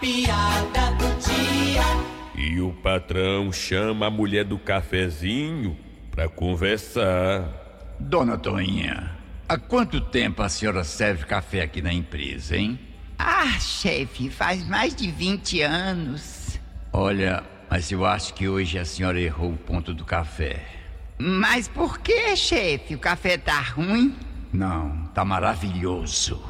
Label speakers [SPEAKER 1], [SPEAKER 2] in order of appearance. [SPEAKER 1] piada do dia.
[SPEAKER 2] E o patrão chama a mulher do cafezinho pra conversar.
[SPEAKER 3] Dona Toinha, há quanto tempo a senhora serve café aqui na empresa, hein?
[SPEAKER 4] Ah, chefe, faz mais de 20 anos.
[SPEAKER 3] Olha, mas eu acho que hoje a senhora errou o ponto do café. Hum?
[SPEAKER 4] Mas por que, chefe? O café tá ruim?
[SPEAKER 3] Não, tá maravilhoso.